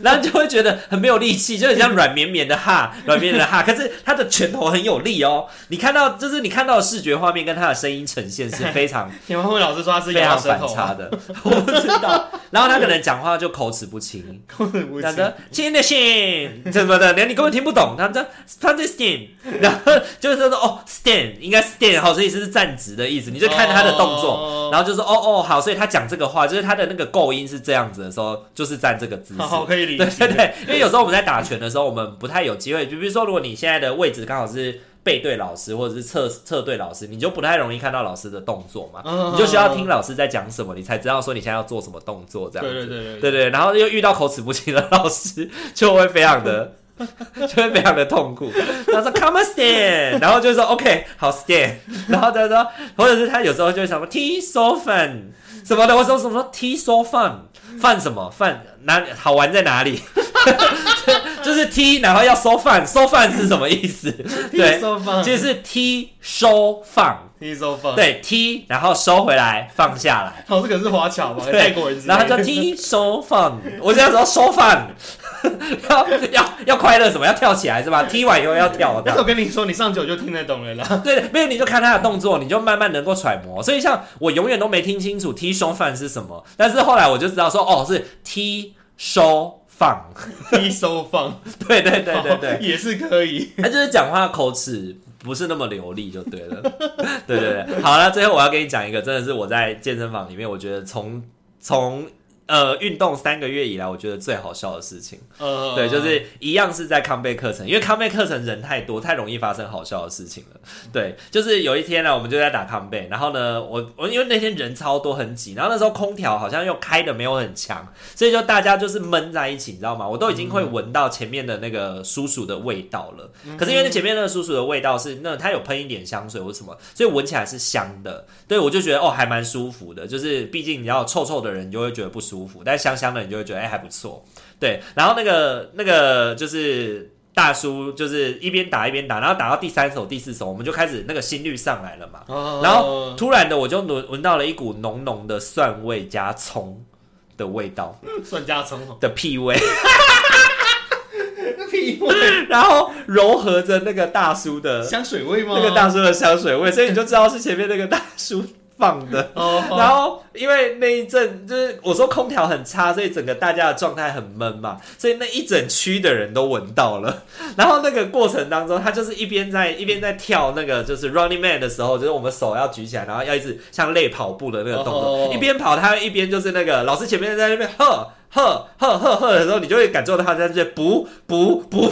Speaker 1: 然后就会觉得很没有力气，就很像软绵绵的哈，软绵绵的哈。可是他的拳头很有力哦，你看到就是你看到的视觉画面跟他的声音呈现是非常
Speaker 2: 你们会老师说 <laughs> 他是
Speaker 1: 非
Speaker 2: 咬
Speaker 1: 常
Speaker 2: 舌
Speaker 1: 反
Speaker 2: 头啊
Speaker 1: 差
Speaker 2: 吗，
Speaker 1: 的， <laughs> 我不知道。然后他可能讲话就口齿不清，
Speaker 2: 根本 <laughs> 不
Speaker 1: 讲
Speaker 2: 行。
Speaker 1: 的真的信怎么的，连你根本听不懂。他们说 stand stand，然后就是说哦 stand 应该 stand 好，所以是站直的意思。你就看他的动作。
Speaker 2: 作
Speaker 1: 然后就说哦哦好，所以他讲这个话，就是他的那个构音是这样子的时候，就是站这个姿势。
Speaker 2: 好好可以理
Speaker 1: 对对
Speaker 2: 解。 <laughs>
Speaker 1: 对，因为有时候我们在打拳的时候，我们不太有机会。就比如说，如果你现在的位置刚好是背对老师，或者是侧侧对老师，你就不太容易看到老师的动作嘛。
Speaker 2: 嗯
Speaker 1: 你就需要听老师在讲什么，你才知道说你现在要做什么动作这样
Speaker 2: 对对
Speaker 1: 子。
Speaker 2: 对
Speaker 1: 对对，然后又遇到口齿不清的老师，就会非常的 <laughs> 就会非常的痛苦。他说 “Come on, stand”，然后就说 “OK，好 stand”，然后他说，或者是他有时候就会想说 “Tea so fun” 什么的，我说什么 “Tea so fun” 饭什么饭哪好玩在哪里？ <laughs> 就是 T，然后要收饭，收饭是什么意思？
Speaker 2: 对
Speaker 1: 对，
Speaker 2: ，so fun，
Speaker 1: 就是 T 收放，
Speaker 2: he's so fun。，
Speaker 1: 对 T，然后收回来放下来。
Speaker 2: 老师可能是华侨吧，
Speaker 1: <laughs> 对
Speaker 2: 泰国人之类
Speaker 1: 然
Speaker 2: 的。
Speaker 1: 后他就踢手放， <laughs> 我现在说手放，要要要快乐什么？要跳起来是吧？踢完以后要跳
Speaker 2: 但是
Speaker 1: 的。
Speaker 2: 我跟你说，你上九就听得懂了啦。
Speaker 1: 对，没有你就看他的动作，你就慢慢能够揣摩。所以像我永远都没听清楚踢胸放是什么，但是后来我就知道说，哦，是踢收放。 <laughs>
Speaker 2: he's so fun，
Speaker 1: 对对 <laughs> 对对对，
Speaker 2: 哦也是可以。
Speaker 1: 他就是讲话口齿不是那么流利就对了。对对对，好了，最后我要跟你讲一个，真的是我在健身房里面，我觉得从从呃运动三个月以来，我觉得最好笑的事情。
Speaker 2: 呃，
Speaker 1: 对，就是一样是在康贝课程，因为康贝课程人太多，太容易发生好笑的事情了。对，就是有一天呢，我们就在打康贝，然后呢，我我因为那天人超多，很挤，然后那时候空调好像又开的没有很强，所以就大家就是闷在一起，你知道吗？我都已经会闻到前面的那个叔叔的味道了，可是因为那前面那个叔叔的味道是那他有喷一点香水或什么，所以闻起来是香的，对我就觉得哦还蛮舒服的，就是毕竟你要臭臭的人你就会觉得不舒服，但香香的你就会觉得哎、还不错。对，然后那个那个就是大叔，就是一边打一边打，然后打到第三首、第四首，我们就开始那个心率上来了嘛。
Speaker 2: 哦，
Speaker 1: 然后突然的，我就闻闻到了一股浓浓的蒜味加葱的味道
Speaker 2: 算加葱哦，
Speaker 1: 的屁味， <laughs>
Speaker 2: 屁味，
Speaker 1: 然后柔合着那个大叔的
Speaker 2: <laughs> 香水味吗？
Speaker 1: 那个大叔的香水味，所以你就知道是前面那个大叔放的。
Speaker 2: 哦，
Speaker 1: <laughs> 然后因为那一阵就是我说空调很差，所以整个大家的状态很闷嘛，所以那一整区的人都闻到了。 <laughs> 然后那个过程当中，他就是一边在一边在跳那个就是 Running Man 的时候，就是我们手要举起来，然后要一直像累跑步的那个动作
Speaker 2: 哦
Speaker 1: 一边跑他一边就是那个老师前面在那边呵。呵呵呵呵的时候，你就会感受到他在这边补补补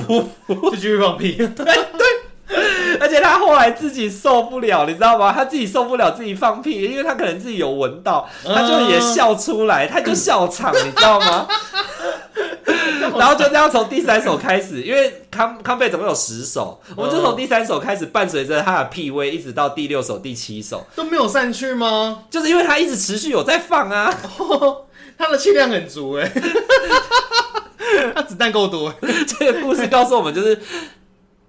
Speaker 1: 补
Speaker 2: 就继续放屁。
Speaker 1: <laughs> 而且他后来自己受不了，你知道吗？他自己受不了自己放屁，因为他可能自己有闻到，
Speaker 2: 嗯
Speaker 1: 他就也笑出来，他就笑场，你知道吗？然后就这样从第三首开始，因为康康贝总共有十首，我们就从第三首开始，伴随着他的屁味，一直到第六首、第七首，
Speaker 2: 都没有散去吗？
Speaker 1: 就是因为他一直持续有在放啊。 <laughs>
Speaker 2: 他的气量很足哎，他子弹够多。哎
Speaker 1: 这个故事告诉我们，就是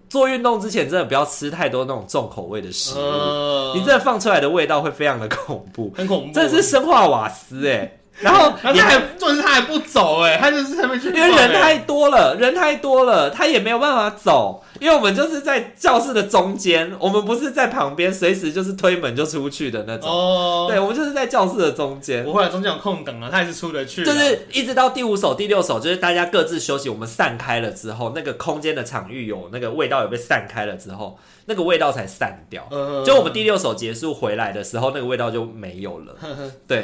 Speaker 1: 做运动之前真的不要吃太多那种重口味的食物，
Speaker 2: 呃
Speaker 1: 你真的放出来的味道会非常的恐怖。
Speaker 2: 很恐怖， <laughs>
Speaker 1: 这是生化瓦斯哎、然后
Speaker 2: 然后
Speaker 1: 也
Speaker 2: 他还，重点是他还不走哎、他就是他们去
Speaker 1: 因为人
Speaker 2: 逛哎
Speaker 1: 太多了，人太多了，他也没有办法走，因为我们就是在教室的中间，我们不是在旁边，随时就是推门就出去的那种。
Speaker 2: 哦，
Speaker 1: 对，我们就是在教室的中间，
Speaker 2: 不会啊，中间有空档啊，他还是出得去的，
Speaker 1: 就是一直到第五首、第六首，就是大家各自休息，我们散开了之后，那个空间的场域有那个味道有被散开了之后，那个味道才散掉。
Speaker 2: 呃
Speaker 1: 就我们第六首结束回来的时候，那个味道就没有了。对，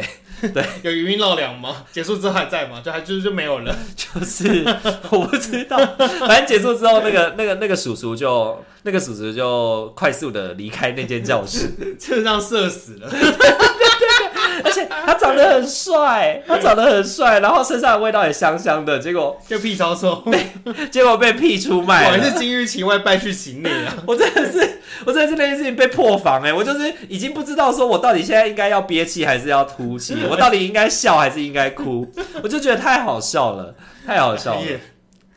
Speaker 2: 有余音绕梁吗？结束之后还在吗？就还就就没有了。
Speaker 1: 就是 <laughs> 我不知道，反正结束之后，那个那个那个叔叔就那个叔叔就快速的离开那间教室，
Speaker 2: 就这样射死
Speaker 1: <laughs>
Speaker 2: 了。
Speaker 1: 而且他长得很帅，他长得很帅，然后身上的味道也香香的，结果
Speaker 2: 就屁超臭，
Speaker 1: 结果被屁出卖了
Speaker 2: 我也。是金玉其外败絮其内啊！
Speaker 1: 我真的是，我真的是那件事情被破防哎、我就是已经不知道说我到底现在应该要憋气还是要吐气，我到底应该笑还是应该哭，我就觉得太好笑了，太好 <laughs> 笑了。
Speaker 2: 耶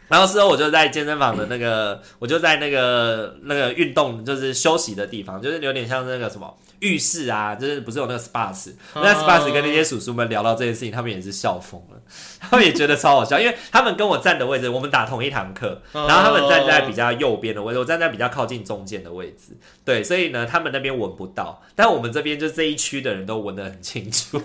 Speaker 1: 然后之后我就在健身房的那个，我就在那个那个运动就是休息的地方，就是有点像那个什么浴室啊，就是不是有那个 SPA 室？我在 SPA 室跟那些叔叔们聊到这件事情，他们也是笑疯了，他们也觉得超好笑，因为他们跟我站的位置，我们打同一堂课，
Speaker 2: 哦
Speaker 1: 然后他们站在比较右边的位置，我站在比较靠近中间的位置，对，所以呢，他们那边闻不到，但我们这边就这一区的人都闻得很清楚。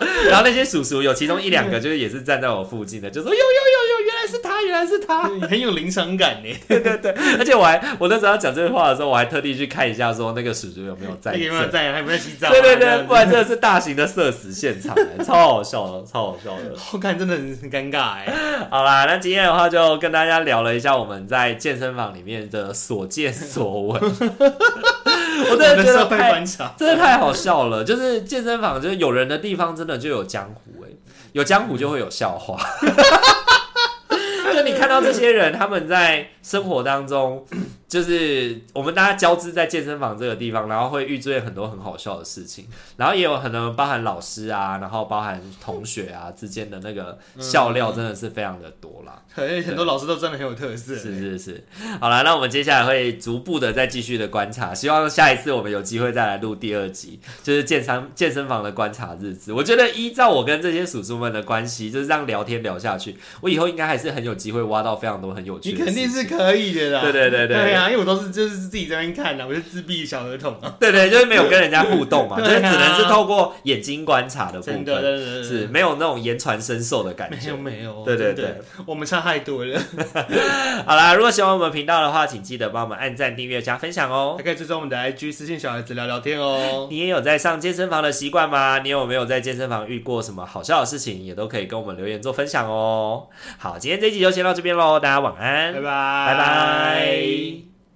Speaker 1: <laughs> 然后那些叔叔有其中一两个就是也是站在我附近的，就说哟哟哟哟，原来是他，原来是他， <laughs>
Speaker 2: 你哦很有临场感呢，
Speaker 1: 对对对。而且我还我那时候要讲这句话的时候，我还特地去看一下说那个叔叔有没有在
Speaker 2: 那个有没有
Speaker 1: 这。
Speaker 2: 在？还不在洗澡啊？
Speaker 1: 对对
Speaker 2: 这
Speaker 1: 对，
Speaker 2: 样子
Speaker 1: 不然真的是大型的社死现场、哎超好笑的，超好笑的。
Speaker 2: 我哦看真的很很尴尬哎。
Speaker 1: <laughs> 好啦，那今天的话就跟大家聊了一下我们在健身房里面的所见所闻，我真的觉
Speaker 2: 设
Speaker 1: 得
Speaker 2: 备
Speaker 1: 太
Speaker 2: 观察，
Speaker 1: 真的太好笑了。就是健身房，就是有人的地方，真的就有江湖哎、有江湖就会有笑话。就你看到这些人，他们在生活当中，就是我们大家交织在健身房这个地方，然后会遇见很多很好笑的事情，然后也有很多包含老师啊，然后包含同学啊之间的那个笑料，真的是非常的多啦。
Speaker 2: 很很多老师都真的很有特色。
Speaker 1: 是是是，好了，那我们接下来会逐步的再继续的观察，希望下一次我们有机会再来录第二集，就是健身健身房的观察日志。我觉得依照我跟这些叔叔们的关系，就是这样聊天聊下去，我以后应该还是很有机会挖到非常多很有趣
Speaker 2: 你
Speaker 1: 的事情。
Speaker 2: 肯定是可以的啦。
Speaker 1: 对对对对
Speaker 2: 对啊，因为我都是就是自己在那边看啊的，我是自闭小儿童啊。
Speaker 1: 对对，就是没有跟人家互动嘛，
Speaker 2: <laughs> 对
Speaker 1: 就是只能是
Speaker 2: 啊
Speaker 1: 透过眼睛观察的部
Speaker 2: 真
Speaker 1: 分，
Speaker 2: 的，真的
Speaker 1: 是没有那种言传身受的感
Speaker 2: 没
Speaker 1: 觉
Speaker 2: 有。没有，
Speaker 1: 对对
Speaker 2: 真的
Speaker 1: 对，
Speaker 2: 我们差太多了。
Speaker 1: 好啦，如果喜欢我们频道的话，请记得帮我们按赞、订阅、加分享哦
Speaker 2: 还。可以追踪我们的 IG，私信小孩子聊聊天哦。
Speaker 1: 你也有在上健身房的习惯吗？你有没有在健身房遇过什么好笑的事情？也都可以跟我们留言做分享哦。好，今天这一集就先到这边喽，大家晚安，
Speaker 2: 拜拜，
Speaker 1: 拜拜